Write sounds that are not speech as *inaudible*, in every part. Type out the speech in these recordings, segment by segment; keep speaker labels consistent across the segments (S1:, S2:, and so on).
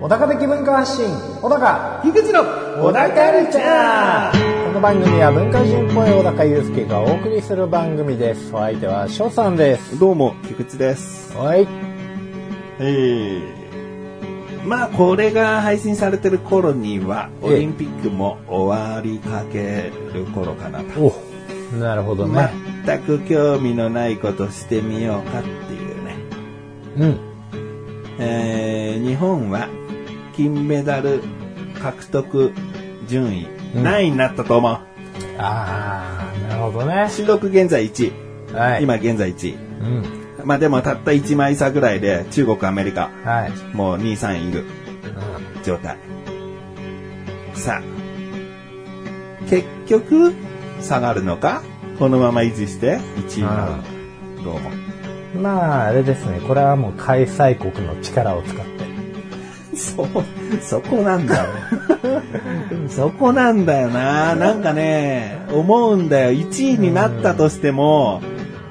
S1: 小高的文化発信小高
S2: 樋口の
S1: 小高カルチャーこの番組は文化人っぽい小高祐介がお送りする番組ですお相手は翔さんです
S2: どうも、菊池です。
S1: はい
S2: えー、まあ、これが配信されてる頃には、
S1: ええ
S2: オリンピックも終わりかける頃かなと。
S1: おなるほどね、
S2: 全く興味のないことしてみようかっていうね。
S1: うん
S2: えー、日本は、金メダル獲得順位、
S1: うん
S2: 何位になったと思う。
S1: ああなるほどね
S2: 収録現在1
S1: は
S2: 位。
S1: い
S2: 今現在1位。
S1: うん
S2: まあでもたった1枚差ぐらいで中国、アメリカ、
S1: はい、
S2: もう2、3いる。
S1: う
S2: 状態。さあ、結局、下がるのかこのまま維持して、1位なのかどうも。
S1: ん、まああれですねこれはもう開催国の力を使って
S2: *laughs* そ、そこなんだよ。 *laughs* そこなんだよな。なんかね、思うんだよ。1位になったとしても、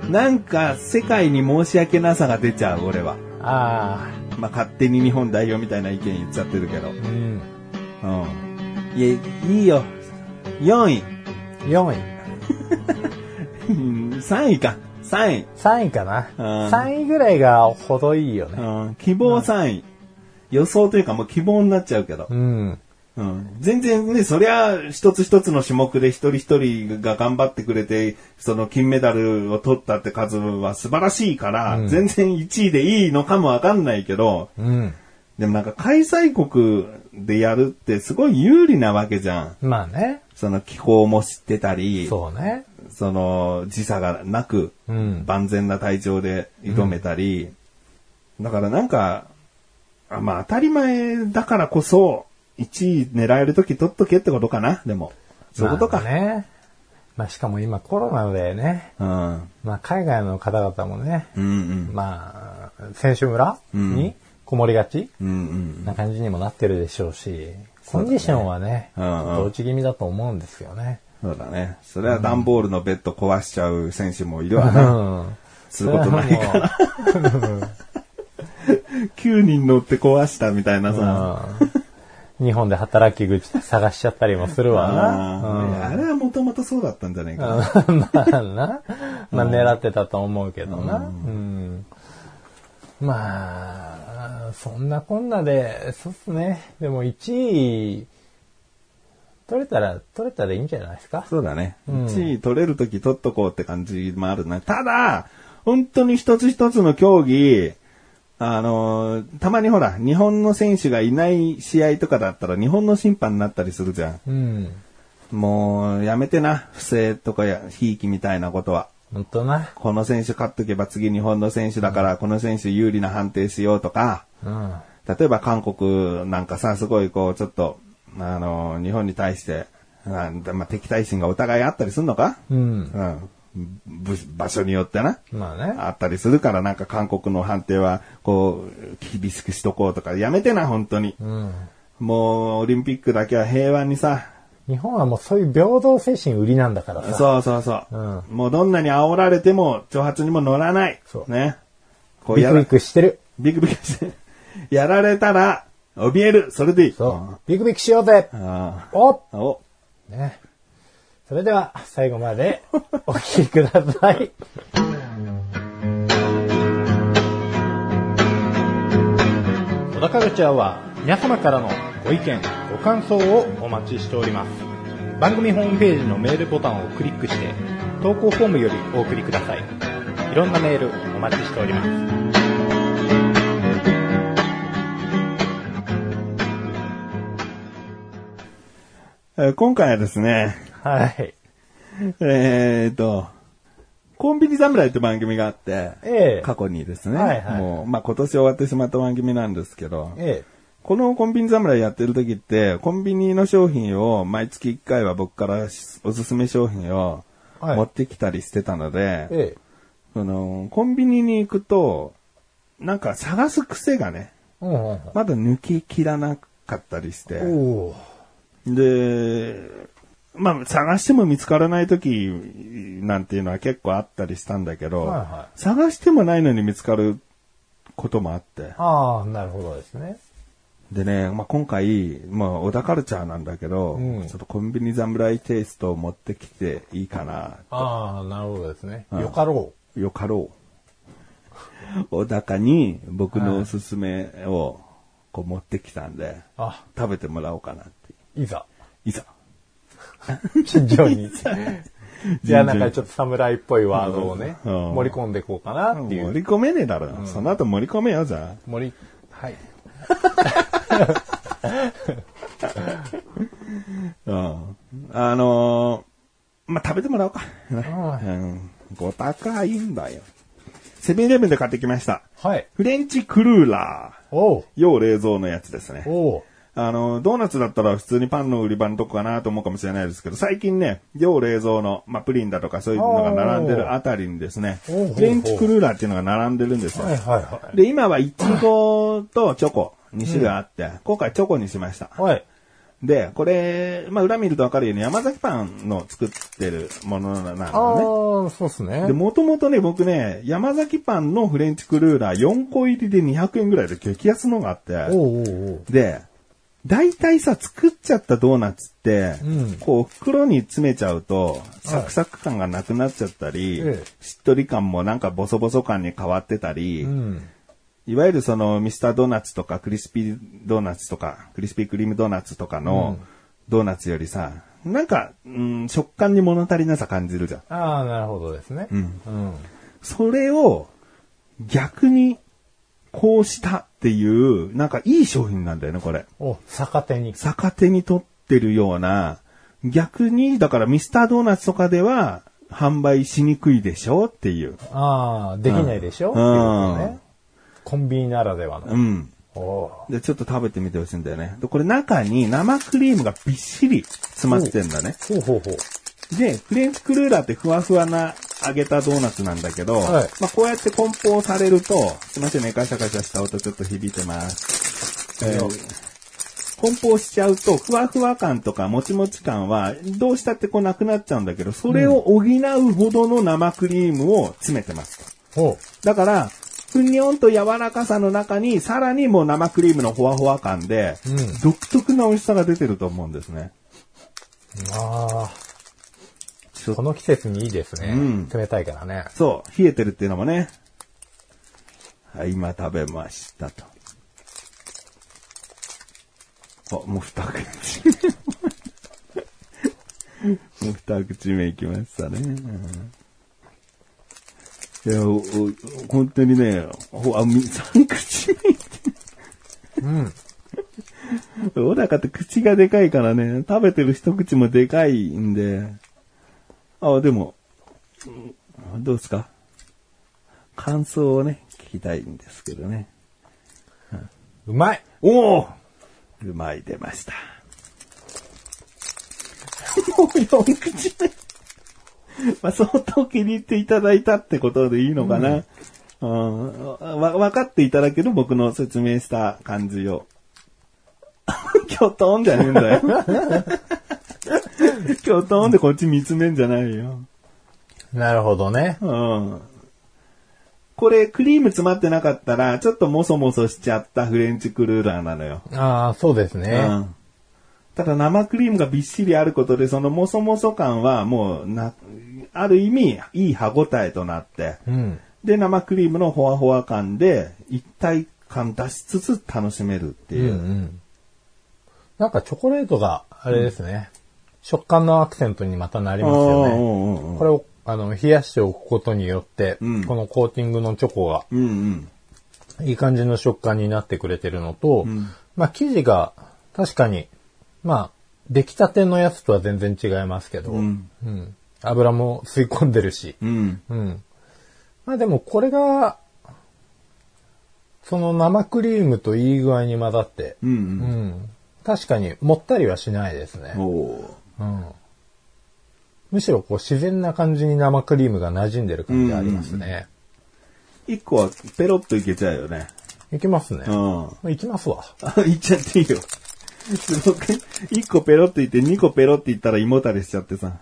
S2: なんか世界に申し訳なさが出ちゃう、俺は。
S1: あ
S2: まあ、勝手に日本代表みたいな意見言っちゃってるけど。う
S1: あうん
S2: ん。いや、いいよ。4位。
S1: 4位
S2: うん3位か。3位。
S1: 3位かな
S2: うん
S1: 3位ぐらいがほどいいよね
S2: うん、希望3位。予想というかもう希望になっちゃうけど
S1: う。ん
S2: うん、全然ね、そりゃ、一つ一つの種目で一人一人が頑張ってくれて、その金メダルを取ったって数は素晴らしいから、
S1: うん
S2: 全然1位でいいのかもわかんないけど、
S1: うん
S2: でもなんか開催国でやるってすごい有利なわけじゃん。
S1: まあね
S2: その気候も知ってたり、
S1: そ
S2: そ
S1: うね
S2: の時差がなく、
S1: うん
S2: 万全な体調で挑めたり、だからなんか、あまあ当たり前だからこそ、1位狙えるとき取っとけってことかな、でも。そういうことか。
S1: まあねまあしかも今コロナでねまあ海外の方々もね
S2: うん。うん
S1: まあ選手村
S2: うん
S1: にこもりがち
S2: うん。うん
S1: な感じにもなってるでしょうしコンディションはね
S2: そうだねうんうん
S1: 落ち気味だと思うんですよね
S2: うん。そうだね。それは段ボールのベッド壊しちゃう選手もいる
S1: う
S2: わな。
S1: ん
S2: することないから。
S1: ら
S2: *laughs* 9人乗って壊したみたいなさ。
S1: うん
S2: *laughs*
S1: 日本で働き口探しちゃったりもするわな。
S2: あーあれはもともとそうだったんじゃないかな。
S1: うん *laughs* まあな。まあ狙ってたと思うけどな。うんまあ、そんなこんなで、そうっすね。でも1位、取れたら、取れたらいいんじゃないですか。
S2: そうだね。1位取れるとき取っとこうって感じもあるな。ただ、本当に一つ一つの競技、あのーたまにほら、日本の選手がいない試合とかだったら日本の審判になったりするじゃん。
S1: うん。
S2: もう、やめてな。不正とかや、ひいきみたいなことは。
S1: ほんとな。
S2: この選手勝っとけば次日本の選手だから、この選手有利な判定しようとか、
S1: うん。
S2: 例えば韓国なんかさ、すごいこう、ちょっと、あのー日本に対して、なんだまあ、敵対心がお互いあったりするのか
S1: うん。
S2: うん、ぶ場所によってな。
S1: まあね。
S2: あったりするから、なんか韓国の判定は、こう、厳しくしとこうとか、やめてな、本当に。
S1: うん。
S2: もう、オリンピックだけは平和にさ、
S1: 日本はもうそういう平等精神売りなんだからさ。
S2: そうそうそう。
S1: うん
S2: もうどんなに煽られても、挑発にも乗らない。
S1: そう
S2: ね。こう
S1: ビ
S2: や
S1: ク
S2: ら
S1: ビ、クしてる。
S2: ビクビクして、やられたら、怯える。それでいい。
S1: そう。ビクビクしようぜ
S2: あ
S1: おっ
S2: あ。お、
S1: ね。それでは、最後ま *laughs* でお聞きください。小田カルチャーは、皆様からのご意見、ご感想をお待ちしております。番組ホームページのメールボタンをクリックして、投稿フォームよりお送りください。いろんなメールお待ちしております。
S2: えー今回はですね、
S1: はい。
S2: えーっと、コンビニ侍って番組があって、
S1: ええ
S2: 過去にですね、
S1: はいはい
S2: もう、まあ、今年終わってしまった番組なんですけど、
S1: え
S2: このコンビニ侍やってる時って、コンビニの商品を毎月1回は僕からしおすすめ商品を
S1: はい
S2: 持ってきたりしてたので、
S1: え。ええ。
S2: そのコンビニに行くと、なんか探す癖がね、
S1: うんうんうん。
S2: まだ抜ききらなかったりして、
S1: おー
S2: で、まあ、探しても見つからない時なんていうのは結構あったりしたんだけど、
S1: はいは
S2: 探してもないのに見つかることもあって。
S1: ああ、なるほどですね。
S2: でね、まあ、今回、まあ、小田カルチャーなんだけど、
S1: うん
S2: ちょっとコンビニ侍テイストを持ってきていいかな。
S1: ああ、なるほどですね。
S2: うん
S1: よかろ
S2: よかろ *laughs* う。小高に僕のおすすめをこう持ってきたんで、
S1: う。あ、
S2: 食べてもらおうかなって。
S1: いざ。
S2: いざ。
S1: 順調
S2: *laughs*
S1: に。いや、なんかちょっと侍っぽいワードをね、
S2: うん
S1: 盛り込んでいこうかなってい
S2: 盛
S1: う。
S2: り込めねえだろ。その後盛り込めよ、じゃあ。
S1: 盛り、はい。
S2: うんあのーまあ、食べてもらおうか。うん。ご高いんだよ。セブンイレブンで買ってきました。
S1: はい。
S2: フレンチクルーラー。
S1: おう。
S2: 要冷蔵のやつですね。
S1: おう。
S2: あのー、ドーナツだったら普通にパンの売り場のとこかなと思うかもしれないですけど、最近ね、要冷蔵の、まあ、プリンだとかそういうのが並んでるあたりにですね、
S1: おー
S2: フレンチクルーラーっていうのが並んでるんですよ
S1: はい。はいは
S2: で、今はイチゴとチョコ2種類あって、今回チョコにしました。
S1: い。はい。
S2: で、これ、まあ、裏見るとわかるように山崎パンの作ってるものな
S1: ああ
S2: のね。、
S1: そうっす
S2: で、
S1: ね。
S2: もともとね、僕ね、山崎パンのフレンチクルーラー4個入りで200円ぐらいで激安のがあって、
S1: おうおうおう。
S2: で、大体さ、作っちゃったドーナツって、
S1: うん
S2: こう、袋に詰めちゃうと、サクサク感がなくなっちゃったり、
S1: ええ
S2: しっとり感もなんかボソボソ感に変わってたり、
S1: うん。
S2: いわゆるそのミスタードーナツとかクリスピードーナツとかクリスピークリームドーナツとかのドーナツよりさ、なんか、うん、食感に物足りなさ感じるじゃん。
S1: ああ、なるほどですね。
S2: ん
S1: うん。
S2: それを逆にこうしたっていう、なんかいい商品なんだよね、これ。
S1: お、逆手に。
S2: 逆手に取ってるような、逆に、だからミスタードーナツとかでは販売しにくいでしょっていう。
S1: ああ、できないでしょ、
S2: うん
S1: っていうことね。コンビニならではの。
S2: うん。
S1: おう
S2: で、ちょっと食べてみてほしいんだよね。で、これ中に生クリームがびっしり詰まってんだね。
S1: ほうほうほう。
S2: で、フレンチクルーラーってふわふわな揚げたドーナツなんだけ
S1: は
S2: ど、
S1: い
S2: まあこうやって梱包されると、すいませんね、ガシャガシャした音ちょっと響いてます。えー梱包しちゃうと、ふわふわ感とかもちもち感は、どうしたってこうなくなっちゃうんだけど、それを補うほどの生クリームを詰めてますと。
S1: ほう。
S2: だから、ふにょんと柔らかさの中に、さらにもう生クリームのほわほわ感で、
S1: うん
S2: 独特な美味しさが出てると思うんですね。
S1: あ
S2: ちょ
S1: あ、この季節にいいですね。
S2: うん
S1: 冷たいからね。
S2: そう、冷えてるっていうのもね。はい、今食べましたと。あ、もう二口目。もう二口目いきましたね。うんいや、おお本当にね、ほあ、み三口目いって。
S1: うん。
S2: 小高って口がでかいからね、食べてる一口もでかいんで。あ、でも、うんどうですか感想をね、聞きたいんですけどね。
S1: うまい
S2: おおうまい出ました。 *laughs* もう4口目。まあ、相当気に入っていただいたってことでいいのかな。うん、わ、分かっていただける僕の説明した感じを。 *laughs* キョトンじゃねえんだよ。 *laughs* キョトンでこっち見つめんじゃないよ。
S1: なるほどね。
S2: うん。これ、クリーム詰まってなかったら、ちょっともそもそしちゃったフレンチクルーラーなのよ。
S1: ああ、そうですね。
S2: うんただ生クリームがびっしりあることで、そのもそもそ感はもうな、ある意味、いい歯ごたえとなって、
S1: うん。
S2: で、生クリームのほわほわ感で、一体感出しつつ楽しめるって
S1: うんう
S2: いう。
S1: ん。なんかチョコレートが、あれですね、食感のアクセントにまたなりますよね。
S2: うんうん
S1: これを、あの、冷やしておくことによって、
S2: うん
S1: このコーティングのチョコが、
S2: うんうん。
S1: いい感じの食感になってくれてるのと、まあ生地が、確かに、まあ、出来たてのやつとは全然違いますけど、
S2: ん
S1: うん油も吸い込んでるし、
S2: うん。
S1: うん。まあでもこれが、その生クリームといい具合に混ざって、
S2: う
S1: うんん。確かにもったりはしないです
S2: うん。
S1: ね。
S2: おー
S1: うん。むしろこう自然な感じに生クリームが馴染んでる感じがありますね。
S2: 一個はペロッといけちゃうよね。
S1: いきますね
S2: う。ん。
S1: いきますわ。
S2: あ、いっちゃっていいよ。すごく、1個ペロって言って2個ペロって言ったら胃もたれしちゃっ
S1: *laughs*
S2: てさ。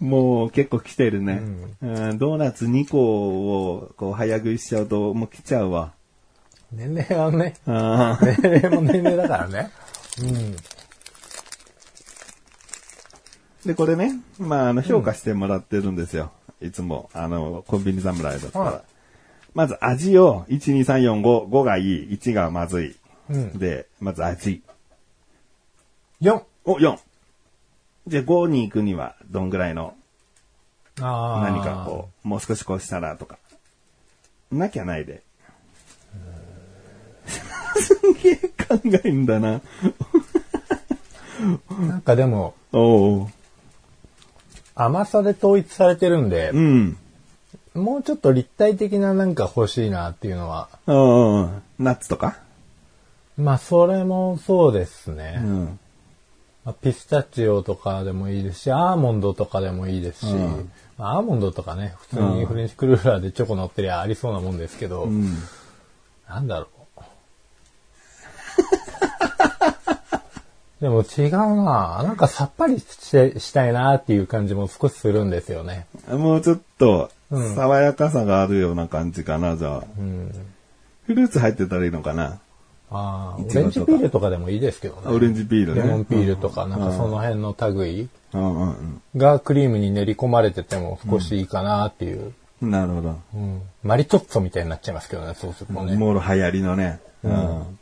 S2: もう結構来てるね、うんドーナツ2個をこう早食いしちゃうともう来ちゃうわ。
S1: 年齢はね、 *laughs*
S2: あー
S1: 年齢も年齢だからね。うん。
S2: で、これね、まあ、あの、評価してもらってるんですよ。いつも、あの、コンビニ侍だったら。
S1: は
S2: まず味を、1、2、3、4、5、5がいい、1がまずい。
S1: うん
S2: で、まず味。
S1: い。4!
S2: お、4! じゃあ5に行くには、どんぐらいの、
S1: ああ。
S2: 何かこう、もう少しこうしたらとか。なきゃないで。 *laughs* すんげえ考えんだな。
S1: う。なんかでも、
S2: おう
S1: 甘さで統一されてるんで
S2: う、ん。
S1: もうちょっと立体的ななんか欲しいなっていうのは。
S2: おうナッツとか
S1: まあ、それもそうですね。
S2: うん。
S1: まあピスタチオとかでもいいですし、アーモンドとかでもいいですし、
S2: うん
S1: まあアーモンドとかね、普通にフレンチクルーラーでチョコ乗ってりゃありそうなもんですけど、
S2: うん。
S1: なんだろう。 *laughs* でも違うななんかさっぱりしてしたいなっていう感じも少しするんですよね。
S2: もうちょっと、
S1: うん
S2: 爽やかさがあるような感じかな、じゃあ。
S1: うん。
S2: フルーツ入ってたらいいのかな
S1: ああ、
S2: い
S1: オ
S2: ち
S1: レ
S2: ご
S1: ンジ
S2: とか
S1: ピールとかでもいいですけどね。
S2: オレンジビールね。
S1: レモンピールとか、なんかその辺の類
S2: うんうん
S1: がクリームに練り込まれてても少しいいかなっていう。
S2: うん。なるほど。
S1: うんマリトッツォみたいになっちゃいますけどね、そうするとね。
S2: もろ流行りのね。うん。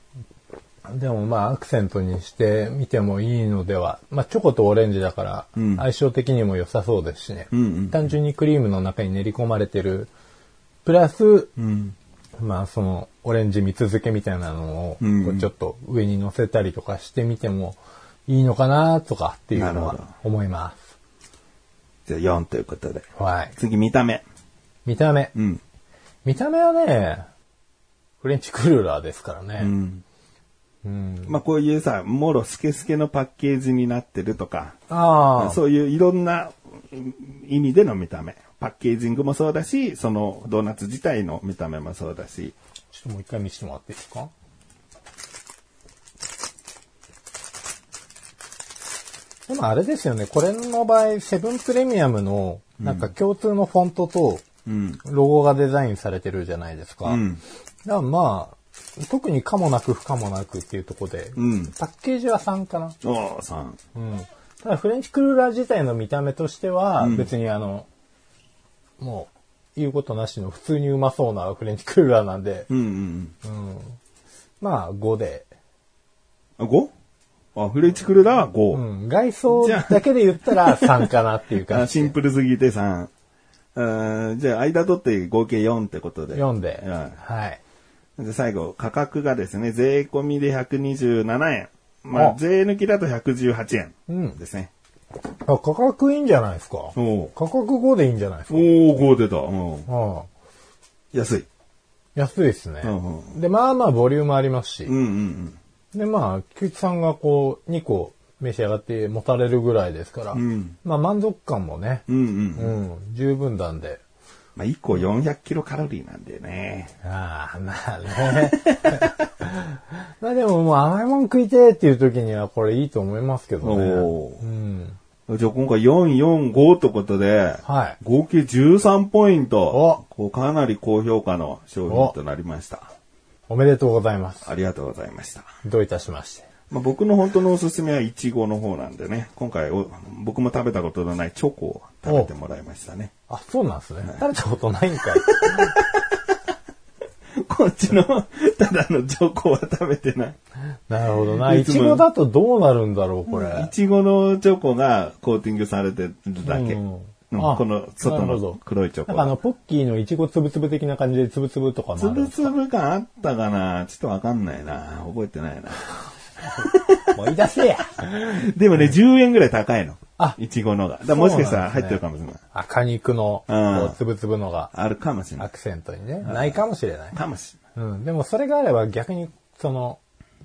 S1: でもまあアクセントにしてみてもいいのでは。まあチョコとオレンジだから
S2: うん
S1: 相性的にも良さそうですしね。
S2: うんうん
S1: 単純にクリームの中に練り込まれてる。プラス、
S2: うん。
S1: まあそのオレンジ蜜漬けみたいなのを
S2: うん
S1: こうちょっと上に乗せたりとかしてみてもいいのかなとかっていうの
S2: なるほ
S1: は思います。
S2: じゃあ4ということで。
S1: はい。
S2: 次、見た目。
S1: 見た目。
S2: うん。
S1: 見た目はね、フレンチクルーラーですからね。
S2: うん。
S1: うん
S2: まあ、こういうさ、もろスケスケのパッケージになってるとか、
S1: ああ。
S2: そういういろんなうん意味での見た目。パッケージングもそうだし、そのドーナツ自体の見た目もそうだし。
S1: ちょっともう一回見せてもらっていいですかでもあれですよね。これの場合、セブンプレミアムの、なんか共通のフォントと、
S2: うん。
S1: ロゴがデザインされてるじゃないですか。だ
S2: うん
S1: か。らまあ、特に可もなく不可もなくっていうところで、
S2: うん。
S1: パッケージは3かな。
S2: おー、3。
S1: うん。ただフレンチクルーラー自体の見た目としては、別にあの、もう、言うことなしの普通にうまそうなフレンチクルーラーなんで、
S2: うんうんうん。
S1: まあ5で。
S2: あ、5? あ、フレンチクルーラーは
S1: う
S2: 5、
S1: ん。外装だけで言ったら3かなっていう
S2: あ。
S1: 感
S2: シ
S1: じ
S2: ン。プルすぎて3。あーじゃあ、間取って合計4ってことで。
S1: 4で。
S2: うん
S1: はい。
S2: で最後、価格がですね、税込みで127円。まあ、
S1: お
S2: 税抜きだと118
S1: う
S2: 円
S1: ん。
S2: ですね。
S1: あ、価格いいんじゃないですか。価
S2: おー
S1: 格5でいいんじゃないです
S2: お
S1: か。
S2: ー、5出た。うん
S1: うん。
S2: 安い。
S1: 安いですね
S2: うんう。
S1: で、まあまあボリュームあります
S2: うん
S1: し。
S2: うんうん。
S1: で、まあ、菊池さんがこう、2個召し上がって持たれるぐらいですから
S2: ん、
S1: まあ満足感もね、
S2: うんう。
S1: うんん、十分なんで。
S2: まあ、1個400キロカロリーなんでね。
S1: ああ、まあね。 *laughs* まあでももう甘いもん食いてーっていう時にはこれいいと思いますけどね。
S2: お
S1: うん。
S2: ー。じゃあ、今回445ってことで、
S1: はい。
S2: 合計13ポイント
S1: お。
S2: こうかなり高評価の商品となりました。
S1: おめでとうございます。
S2: ありがとうございました。
S1: どういたしまして。
S2: まあ、僕の本当のおすすめはイチゴの方なんでね、今回お僕も食べたことのないチョコを食べてもらいましたね。
S1: あ、そうなんですね。食べたことないんかい。
S2: こっちの、ただのチョコは食べてない。
S1: *laughs* なるほどな。い
S2: いつも
S1: ちごだとどうなるんだろう、これ。
S2: イチゴのチョコがコーティングされてるだけ。
S1: うん
S2: うん
S1: あ
S2: この外
S1: なるほど
S2: の黒いチョ
S1: なんかあの、
S2: コ。
S1: ポッキーのいちごつぶつぶ的な感じでつぶつぶとかもあ
S2: つ
S1: る
S2: ぶつぶ感あったかなちょっとわかんないな覚えてないな。
S1: もう言い出せや。
S2: *laughs* でもね、10円ぐらい高いの。
S1: あ
S2: いちごのが。だからもしかしたら
S1: そうなんですね
S2: 入ってるかもしれない。
S1: 赤肉の、
S2: うん
S1: こうつぶつぶのが
S2: あるかもしれな
S1: ア
S2: い。
S1: クセントにね、ないかもしれない。
S2: かもしれない。
S1: うん、でもそれがあれば逆に、その、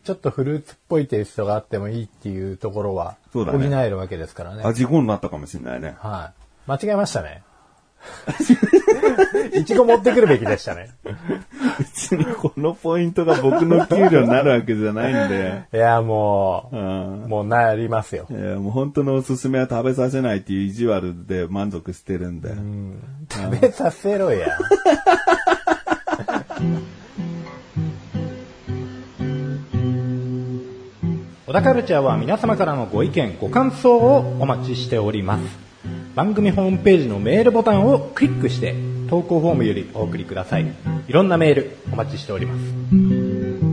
S1: ちょっとフルーツっぽいテイストがあってもいいっていうところは、
S2: そ
S1: 補
S2: うだね
S1: えるわけですからね。
S2: 味5になったかもしれないね。
S1: はい。間違えましたね。 *laughs* いちご持ってくるべきでしたね。
S2: 別にこのポイントが僕の給料になるわけじゃないん *laughs* で。
S1: いや、も
S2: う
S1: う、
S2: ん。
S1: もうなりますよ
S2: え。ーもう本当のおすすめは食べさせないっていう意地悪で満足してるんで。
S1: 食べさせろや。 *laughs* 小田カルチャーは皆様からのご意見、ご感想をお待ちしております。番組ホームページのメールボタンをクリックして、投稿フォームよりお送りください。いろんなメールお待ちしております。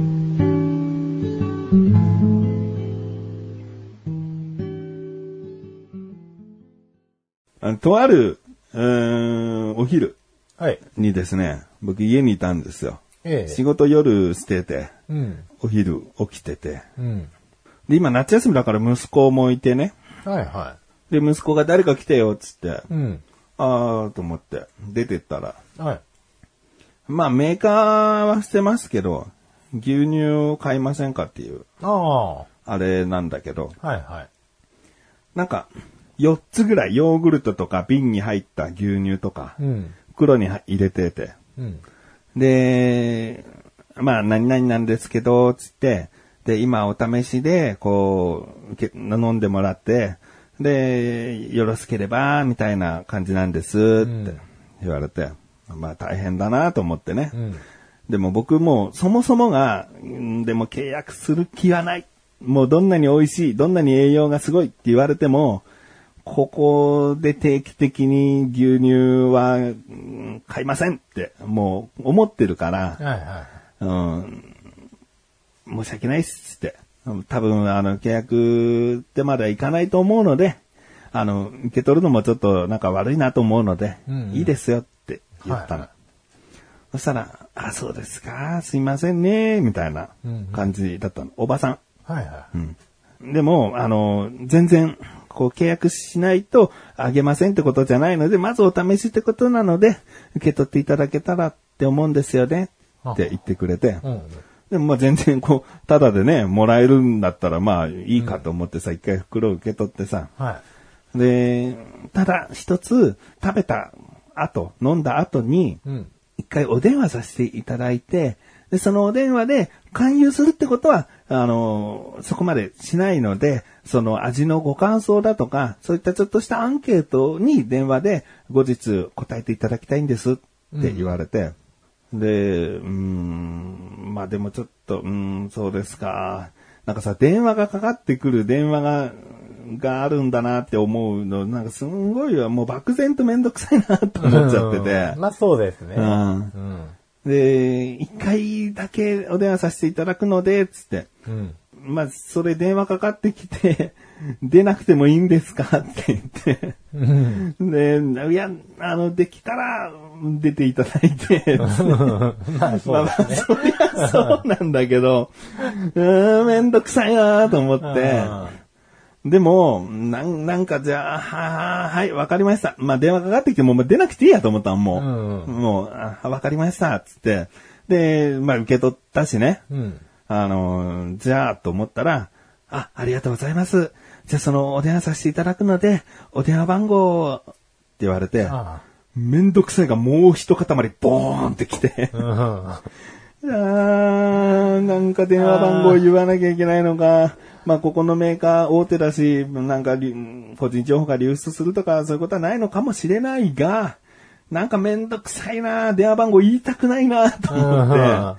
S2: あのとある、うーん、お昼
S1: はい。
S2: にですね、僕家にいたんですよ。
S1: え
S2: 仕事夜してて、
S1: うん。
S2: お昼起きてて。
S1: うん。
S2: で、今夏休みだから息子もいてね。
S1: はいは
S2: で、息子が誰か来てよ、っつって。
S1: い。うん。
S2: あーと思って、出てったら。
S1: はい。
S2: まあ、メーカーはしてますけど、牛乳を買いませんかっていう、
S1: ああ。は
S2: あれなんだけど、
S1: いはい。
S2: なんか、4つぐらいヨーグルトとか瓶に入った牛乳とか、
S1: ん。
S2: 袋に入れてて。
S1: うん。
S2: で、まあ、何々なんですけど、つって、で、今お試しで、こう、け飲んでもらって、で、よろしければ、みたいな感じなんです、って言われて、まあ大変だなと思ってね。
S1: ん
S2: でも僕もうそもそもが、うんでも契約する気はない。もうどんなに美味しい、どんなに栄養がすごいって言われても、ここで定期的に牛乳はうん買いませんって、もう思ってるから、
S1: はいは
S2: うん、申し訳ないっすって。多分、あの、契約ってまだいかないと思うので、あの、受け取るのもちょっとなんか悪いなと思うので、
S1: うんうん
S2: いいですよって言ったの。
S1: はい
S2: そしたら、あ、そうですか、すいませんね、みたいな感じだったの。おばさん。
S1: い。はいはい。
S2: でも、あの、全然、こう契約しないとあげませんってことじゃないので、まずお試しってことなので、受け取っていただけたらって思うんですよね、って言ってくれて。
S1: うん。
S2: でもまあ全然こう、ただでね、もらえるんだったらまあいいかと思ってさ、一回袋を受け取ってさ。
S1: はい。
S2: で、ただ一つ食べた後、飲んだ後に、
S1: うん。
S2: 一回お電話させていただいて、で、そのお電話で勧誘するってことは、あの、そこまでしないので、その味のご感想だとか、そういったちょっとしたアンケートに電話で後日答えていただきたいんですって言われて、で、うーん、まあでもちょっと、うーん、そうですか。なんかさ、電話がかかってくる電話が、があるんだなって思うの、なんかすんごいわ、もう漠然とめんどくさいなと思っちゃってて。
S1: うんまあそうですね。
S2: うん
S1: うん。
S2: で、一回だけお電話させていただくので、つって。
S1: うん。
S2: まあ、それ電話かかってきて、 *laughs* 出なくてもいいんですかって言って。で、いや、あの、できたら、出ていただいて、
S1: まあ
S2: ま
S1: そう
S2: あ
S1: で
S2: ますあ、そりゃそうなんだけど、うーん、めんどくさいなと思って。でも、なん、なんかじゃあ、ははい、わかりました。まあ、電話かかってきても、もう出なくていいやと思ったのもう。
S1: うんう
S2: もう、あわかりました、つって。で、まあ、受け取ったしね。
S1: うん。
S2: あの、じゃあ、と思ったら、あ、ありがとうございます。じゃあ、その、お電話させていただくので、お電話番号を、って言われて、
S1: あ
S2: めんどくさいがもう一塊、ボーンってきて、
S1: あ。うん。
S2: あー、なんか電話番号言わなきゃいけないのか。まあ、ここのメーカー大手だし、なんかり、個人情報が流出するとか、そういうことはないのかもしれないが、なんかめんどくさいな電話番号言いたくないなと思って、
S1: うん
S2: あ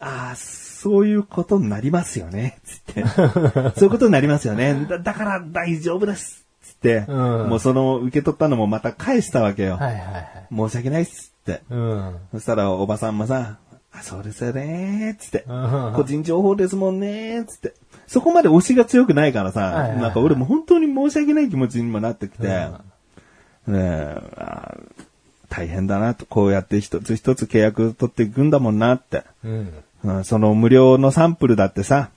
S2: あ、そういうことになりますよね、
S1: *laughs*
S2: つって。そういうことになりますよね。だだから大丈夫です、つって、
S1: うん
S2: もうその受け取ったのもまた返したわけよ。
S1: はいはいはい。
S2: 申し訳ないっすって。
S1: うん。
S2: そしたらおばさんもさ、あ、そうですよねーっつって、
S1: うん
S2: 個人情報ですもんねーっつって、そこまで推しが強くないからさ、
S1: いはいはい
S2: なんか俺も本当に申し訳ない気持ちにもなってきて、ねえあー大変だなと、こうやって一つ一つ契約取っていくんだもんなって、
S1: うん。
S2: うんその無料のサンプルだってさ、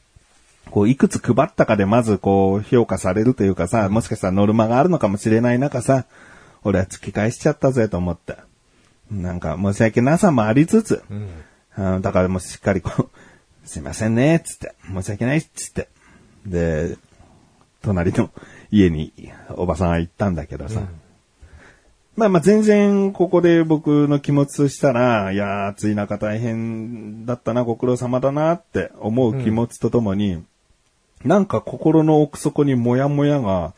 S2: こう、いくつ配ったかでまずこう、評価されるというかさ、もしかしたらノルマがあるのかもしれない中さ、俺は突き返しちゃったぜと思って。なんか、申し訳なさもありつつ、うん、だからもうしっかりこう、 *laughs* すいませんね、つって、申し訳ない、つって。で、隣の家におばさんは行ったんだけどさ、まあまあ全然ここで僕の気持ちとしたら、いやー暑い中大変だったな、ご苦労様だなって思う気持ちとともに、なんか心の奥底にモヤモヤが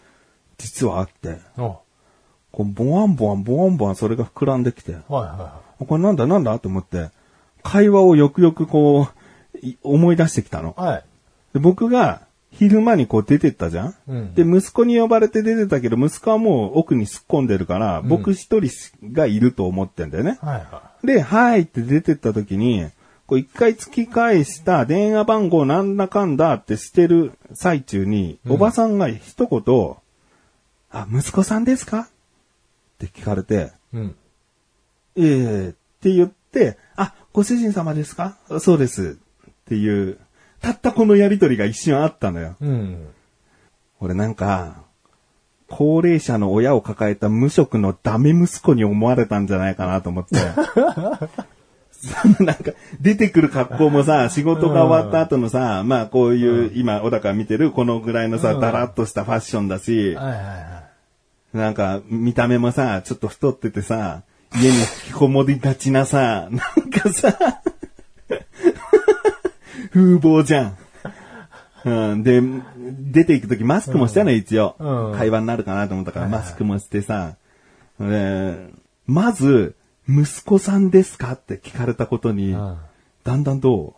S2: 実はあって、
S1: お
S2: こうボワンボワンボワンボワンそれが膨らんできて、
S1: はいはいは
S2: これなんだなんだと思って、会話をよくよくこう、い思い出してきたの。
S1: い。はい。
S2: で僕が昼間にこう出てったじゃん、
S1: うん
S2: で、息子に呼ばれて出てたけど、息子はもう奥に突っ込んでるから、僕一人がいると思ってんだよね。
S1: はいは
S2: で、はいって出てった時に、こう一回突き返した電話番号なんだかんだってしてる最中に、おばさんが一言、あ、息子さんですかって聞かれて、
S1: い。うん。
S2: ええって言って、あ、ご主人様ですかそうです。っていう、たったこのやりとりが一瞬あったのよ。
S1: うん。
S2: 俺なんか、高齢者の親を抱えた無職のダメ息子に思われたんじゃないかなと思って。 *laughs* そのなんか、出てくる格好もさ、仕事が終わった後のさ、まあこういう、今、小高見てるこのぐらいのさ、だらっとしたファッションだし、
S1: はいはいは
S2: なんか、見た目もさ、ちょっと太っててさ、家に引きこもりがちなさ、なんかさ、風貌じゃん。うん、で、出ていくときマスクもしたの、一応、
S1: うん
S2: 会話になるかなと思ったから、マスクもしてさ、でまず、息子さんですかって聞かれたことに、
S1: うん
S2: だんだんと、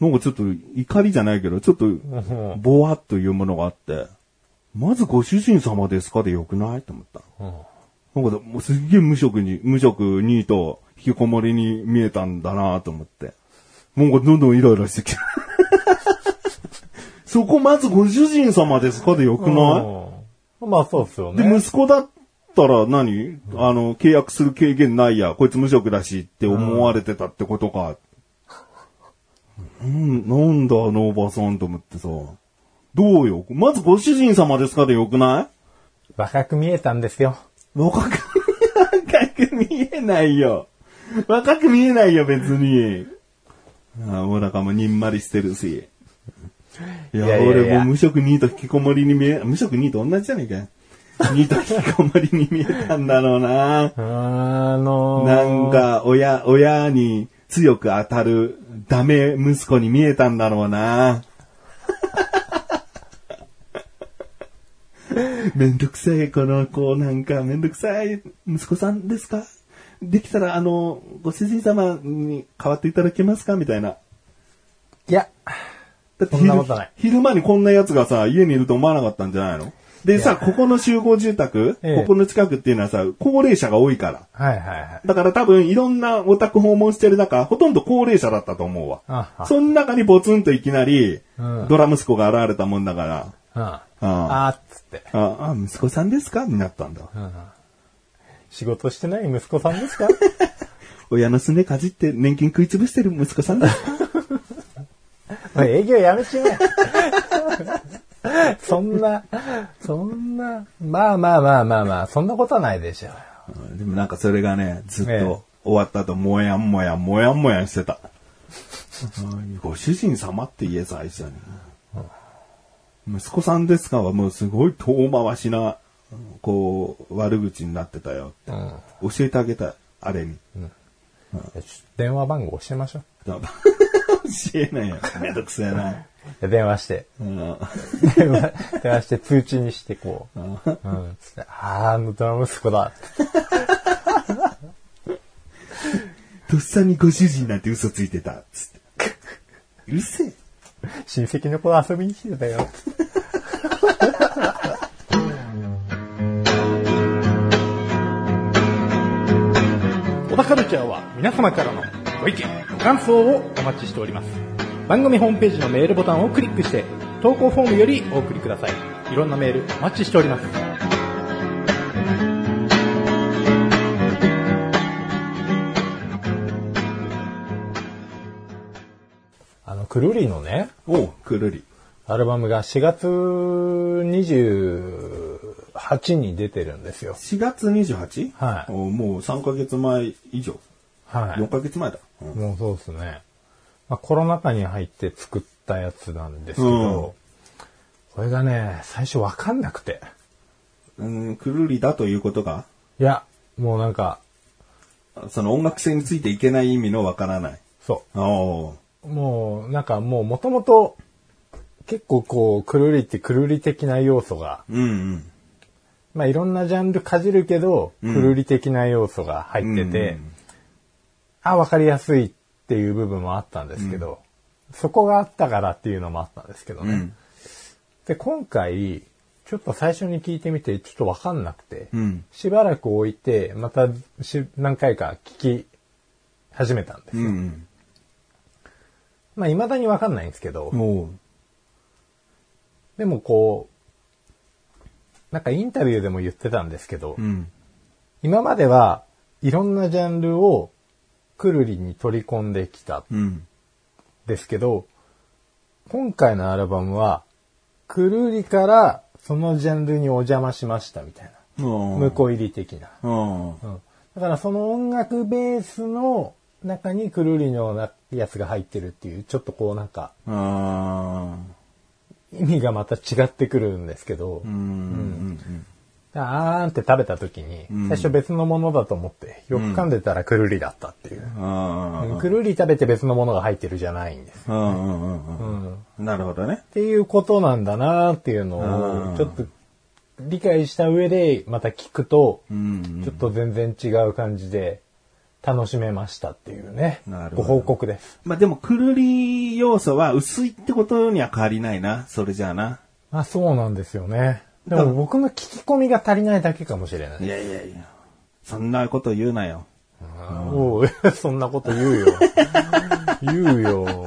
S2: なんかちょっと怒りじゃないけど、ちょっと、
S1: ん
S2: ぼわっというものがあって、まずご主人様ですかでよくないと思った。
S1: い。うん。
S2: なんか、もうすっげえ無職に、無職にと、引きこもりに見えたんだなと思って。もうどんどんイライラしてきた。 *laughs* そこまずご主人様ですかでよくな
S1: うんまあそうっすよ
S2: い、
S1: ね。
S2: で、息子だったら何あの、契約する経験ないや。こいつ無職だしって思われてたってことか。うん、なんだあのおばさんと思ってさ。どうよまずご主人様ですかでよくない
S1: 若く見えたんですよ。
S2: 若く、若く見えないよ。若く見えないよ、別に。ああ、もうなんかもうにんまりしてるし。いや、
S1: いやいやいや
S2: 俺もう無職ニート引きこもりに見え、無職ニート同じじゃねえかよ。ニート引きこもりに見えたんだろうな。
S1: あの
S2: な
S1: ー、
S2: んか、親、親に強く当たるダメ息子に見えたんだろうな。 *laughs* めんどくさい、この子、なんか、めんどくさい、息子さんですかできたら、あの、ご主人様に代わっていただけますかみたい
S1: い
S2: な。
S1: や、
S2: だって
S1: そんなことない
S2: 昼昼間にこんな奴がさ、家にいると思わなかったんじゃないのでさ、ここの集合住宅、
S1: ええ
S2: ここの近くっていうのはさ、高齢者が多いから。
S1: はいはいはい。
S2: だから多分いろんなオタク訪問してる中、ほとんど高齢者だったと思う
S1: ああ
S2: わ。その中にボツンといきなり、
S1: うん
S2: ドラ息子が現れたもんだか
S1: う
S2: ら、
S1: ん。
S2: あ
S1: あーっつって。
S2: あ、あ息子さんですかになったんだ。
S1: 仕事してない息子さんですか
S2: 親のすねかじって年金食いつぶしてる息子さんです
S1: *laughs*
S2: か
S1: おい営業や *laughs* めちまえ。そんな、そんな、まあまあまあまあまあ、そんなことはないでしょうよ。
S2: うんでもなんかそれがね、ずっ
S1: ええ
S2: と終わった後、もやんもやん、もやんもやんしてた。うんご主人様って言え、最初に。息子さんですかはもうすごい遠回しな、こう、悪口になってたよ。
S1: うん
S2: 教えてあげたい、あれに。
S1: いやちょ電話番号教えましょう。
S2: だ教えないよ。めんどくせえな。
S1: いや電話して。
S2: うん
S1: 電話電話して通知にしてこう。うん。つって、あーあのドラ息子だ。
S2: とっさにご主人なんて嘘ついてた。つって。うるせえ。
S1: 親戚の子が遊びに来てたよ。小田カルチャーは皆様からのご意見、ご感想をお待ちしております。番組ホームページのメールボタンをクリックして、投稿フォームよりお送りください。いろんなメールお待ちしております。あの、くるりのね、
S2: おう、くるり。
S1: アルバムが4月28に出てるんですよ。
S2: 4月 28?
S1: はい
S2: おうもう3ヶ月前以上。
S1: は
S2: 4ヶ月前だ。うん
S1: い。もうそうですね。まあ、コロナ禍に入って作ったやつなんですけど、これがね、最初わかんなくて。
S2: うん、くるりだということが
S1: いや、もうなんか、
S2: その音楽性についていけない意味のわからない。
S1: そ
S2: おー
S1: う。もう、なんかもう元々、結構こう、くるりってくるり的な要素が、
S2: うんうん。
S1: まあいろんなジャンルかじるけど、く
S2: うん
S1: るり的な要素が入ってて、あ、わかりやすいっていう部分もあったんですけど、そこがあったからっていうのもあったんですけど
S2: うん、
S1: ね。
S2: うん。
S1: で、今回、ちょっと最初に聞いてみて、ちょっとわかんなくて、
S2: うん
S1: しばらく置いて、またし何回か聞き始めたんです。
S2: うん
S1: まあ、未だにわかんないんですけど、
S2: うん。おー
S1: でもこう、なんかインタビューでも言ってたんですけど、
S2: うん。
S1: 今まではいろんなジャンルをくるりに取り込んできたん
S2: うん。
S1: ですけど、今回のアルバムは、くるりからそのジャンルにお邪魔しましたみたいな。
S2: 向
S1: 向こう入り的な。
S2: う。おー
S1: うんだからその音楽ベースの中にくるりのなやつが入ってるっていう、ちょっとこうなんか
S2: あ
S1: 意味がまた違ってくるんですけど、
S2: ーうん
S1: あーんって食べた時に、
S2: うん
S1: 最初別のものだと思って、よく噛んでたらくるりだったっていう。
S2: あ
S1: うん
S2: ー
S1: くるり食べて別のものが入ってるじゃないんです。
S2: うんうんうん
S1: う
S2: うん
S1: っ
S2: んなるほどね。
S1: ていうことなんだなーっていう
S2: う
S1: のを、
S2: ん
S1: ちょっと理解した上でまた聞くと、
S2: うん
S1: ちょっと全然違う感じで楽しめましたっていうね
S2: なる、
S1: ご
S2: ほど
S1: 報告です。
S2: まあでも、くるり要素は薄いってことには変わりないな。それじゃあな。
S1: まあそうなんですよね。で
S2: だ
S1: も僕の聞き込みが足りないだけかもしれないい。
S2: やいやいや。そんなこと言うなよ。
S1: おう *laughs* そんなこと言
S2: *laughs*
S1: うよ。言うよ。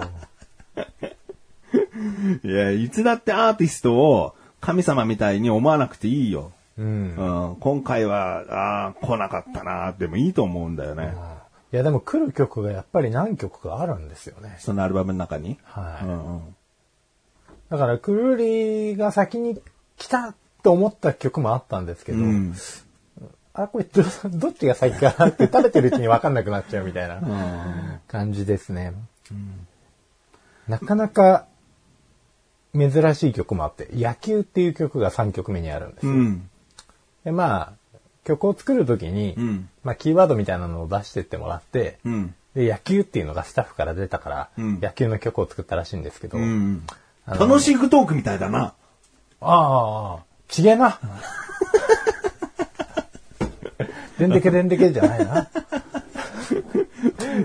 S2: いや、いつだってアーティストを神様みたいに思わなくていいよ。
S1: うん。
S2: うん、今回は、ああ、来なかったなーでもいいと思うんだよね。
S1: いやでも来る曲がやっぱり何曲かあるんですよね。
S2: そのアルバムの中に。
S1: は
S2: う
S1: い。
S2: んうん
S1: だからくるりが先に来たと思った曲もあったんですけど、
S2: うん
S1: あ、これどどっちが先かなって食べてるうちに分かんなくなっちゃうみたいな。
S2: うん
S1: 感じですね。なかなか珍しい曲もあって、野球っていう曲が3曲目にあるんです
S2: う
S1: よ。
S2: ん。
S1: で、まあ、曲を作るときに、
S2: うん
S1: まあ、キーワードみたいなのを出してってもらって、
S2: うん。
S1: で、野球っていうのがスタッフから出たから、
S2: うん
S1: 野球の曲を作ったらしいんですけど、
S2: うん。
S1: あの
S2: 楽しいトークみたいだな。
S1: ああ、ちげえな。 *laughs* でんでけでんでけじゃないな。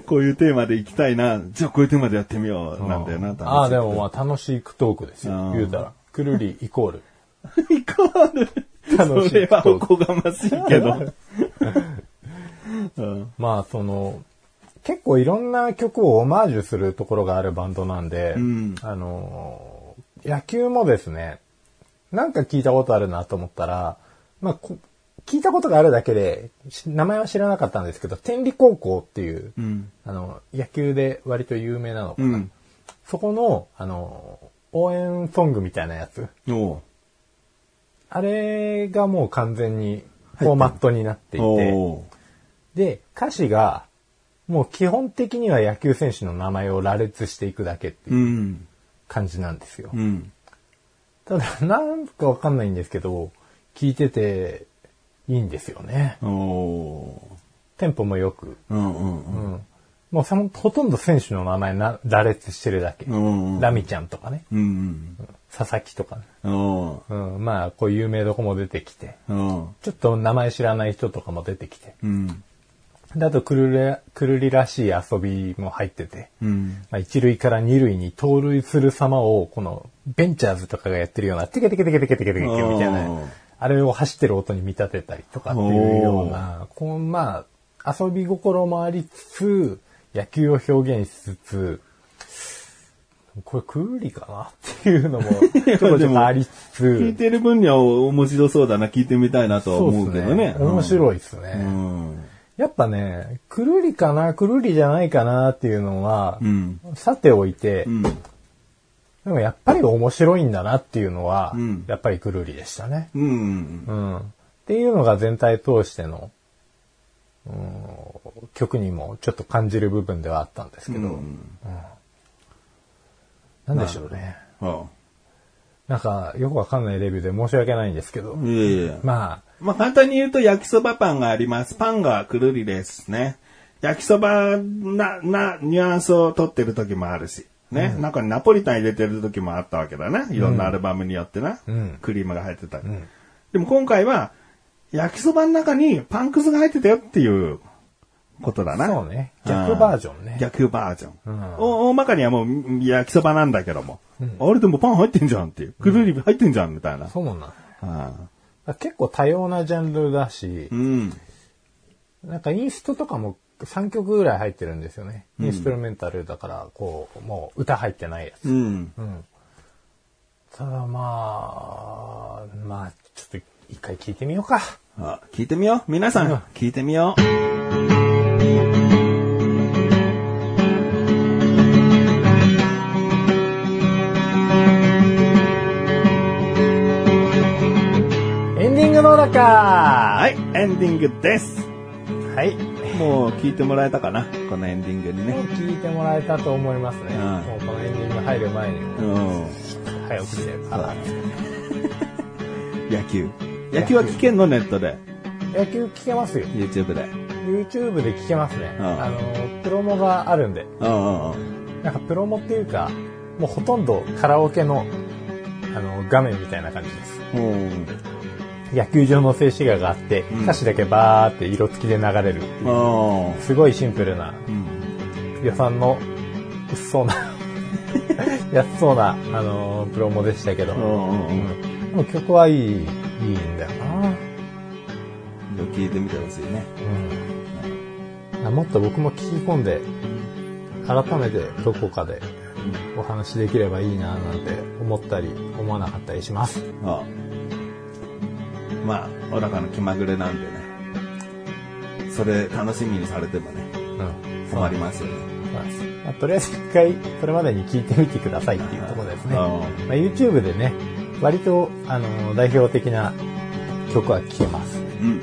S2: こういうテーマで行きたいな。じゃあこういうテーマでやってみよう。なんだよな。
S1: ああ、で
S2: も。
S1: もまあ楽しいトークです
S2: う
S1: よ。
S2: ん
S1: 言うたら。くるりイコー
S2: *laughs*
S1: ル。
S2: いかわる。
S1: *laughs* 楽しい
S2: それはおこがましい
S1: *laughs*
S2: けど。うん
S1: まあその結構いろんな曲をオマージュするところがあるバンドなんで、
S2: ん
S1: あのー野球もですねなんか聞いたことあるなと思ったら、まあ、こ聞いたことがあるだけでし名前は知らなかったんですけど天理高校っていう、
S2: うん。
S1: あの野球で割と有名なのか
S2: う
S1: な、
S2: ん。
S1: そこのあの応援ソングみたいなやつ
S2: おう
S1: あれがもう完全にフォーマットになっていて、
S2: おう。
S1: で、歌詞が、もう基本的には野球選手の名前を羅列していくだけっていううん感じなんですよ。
S2: うん。
S1: ただ、なんかわかんないんですけど、聞いてていいんですよね。
S2: おう
S1: テンポもよく。
S2: うんうんうん。
S1: もうそのほとんど選手の名前な羅列してるだけ。
S2: うんうん
S1: ラミちゃんとかね、
S2: うん
S1: 佐々木とかね。
S2: うん。おう
S1: うん、まあ、こういう有名どこも出てきて、
S2: おう
S1: ちょっと名前知らない人とかも出てきて。
S2: うん。
S1: であとくるり、くるりらしい遊びも入ってて。
S2: うん。
S1: まあ、一塁から二塁に盗塁する様を、この、ベンチャーズとかがやってるような、テケテケテケテケテケテケみたい
S2: おー
S1: な、あれを走ってる音に見立てたりとかっていうような、こう、まあ、遊び心もありつつ、野球を表現しつつ、これクーリかなっていうのも、ちょこちょこありつ
S2: 聞い
S1: つ、
S2: てる分には面白そうだな、聞いてみたいなとは思うけどね。
S1: 面
S2: い。
S1: 白いです
S2: う
S1: ね。
S2: ん。
S1: やっぱね、くるりかな、くるりじゃないかなっていうのは
S2: う、ん。
S1: さておいて
S2: う、ん。
S1: でもやっぱり面白いんだなっていうのは、
S2: うん
S1: やっぱりくるりでしたね。
S2: うんうん。
S1: うん。っていうのが全体通しての、うん、曲にもちょっと感じる部分ではあったんですけど、
S2: うん
S1: なんでしょうね。
S2: ああ
S1: なんか、よくわかんないレビューで申し訳ないんですけど。
S2: いえいえ。
S1: まあ、
S2: まあ、簡単に言うと焼きそばパンがあります。パンがくるりですね。焼きそばな、な、ニュアンスを取ってる時もあるし。ね。中にナポリタン入れてる時もあったわけだね。いろんなアルバムによってな。
S1: うん
S2: クリームが入ってたり、でも今回は、焼きそばの中にパンくずが入ってたよっていうことだな。
S1: そうね。逆バージョンね。
S2: 逆バージョン。
S1: うん
S2: お大まかにはもう焼きそばなんだけども。あれでもパン入ってんじゃんっていう。くるり入ってんじゃんみたいな。
S1: そうなん。
S2: うん
S1: 結構多様なジャンルだし、
S2: うん。
S1: なんかインストとかも3曲ぐらい入ってるんですよね。インストゥルメンタルだから、こう、もう歌入ってないやつ。
S2: うん。
S1: ただまあ、まあ、ちょっと一回聞いてみようか。
S2: あ聞いてみよう。皆さん、聞いてみよう。
S1: エンディングの中
S2: は、
S1: はい
S2: エンディングです。
S1: はい。
S2: もう聞いてもらえたかなこのエンディングに
S1: もう
S2: ね。
S1: 聞いてもらえたと思いますね。
S2: うん
S1: もうこのエンディング入る前に、
S2: うん。
S1: 早起きして。あ
S2: 野球。野球は聞けんのネットで。
S1: 野球聞けますよ。
S2: YouTube で。
S1: YouTube で聞けますね。
S2: うん
S1: あの、プロモがあるんで。
S2: うんうん
S1: なんかプロモっていうか、もうほとんどカラオケの、あの、画面みたいな感じです。
S2: うん。うん。
S1: 野球場の静止画があって、
S2: うん
S1: 歌詞だけバーって色付きで流れるっていう
S2: うん
S1: すごいシンプルな
S2: うん。
S1: 予算の薄そうな *laughs* 安そうな、あのープロモでしたけど、
S2: う
S1: も
S2: んうんうん。
S1: う曲はいいいいんだよな、
S2: 聞いてみてほしいね。
S1: うん、もっと僕も聞き込んで改めてどこかでお話できればいいななんて思ったり思わなかったりします
S2: あまあ、おらかの気まぐれなんでね。それ楽しみにされてもね、
S1: うん
S2: 困りますよね。
S1: そうなんです、まあとりあえず一回それまでに聞いてみてくださいっていうところですね
S2: うん
S1: まあ、YouTube でね割と、あのー代表的な曲は聴けます
S2: うん。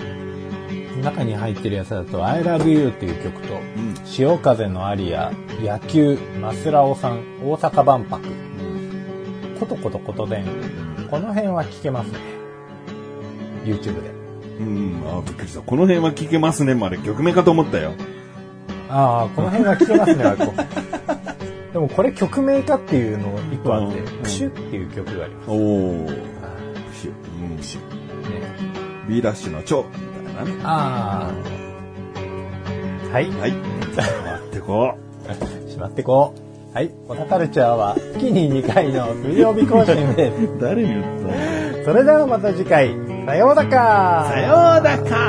S1: 中に入ってるやつだと「I love you」っていう曲と
S2: うん。
S1: 「潮風のアリア」「野球」「マスラオさん」「大阪万博」「コトコトコトでん」この辺は聞けますね YouTube で
S2: うん、あびっくりした。この辺は聞けますね、まで曲名かと思ったよ。
S1: ああこの辺は聞けますねあこ *laughs* うでもこれ曲名かっていうの一個あって
S2: うん
S1: 「プシュ」っていう曲があります
S2: おお。
S1: あ
S2: プシュ。うん、プシュ。
S1: ーね
S2: B ラッシュの蝶みたいなね。
S1: ああはい *laughs*
S2: はい。じゃあ、待ってこ
S1: しまってこうはい「オタカルチャー」は月に2回の水曜日更新です
S2: う。誰に言ったの
S1: それではまた次回、さようだか
S2: さようだか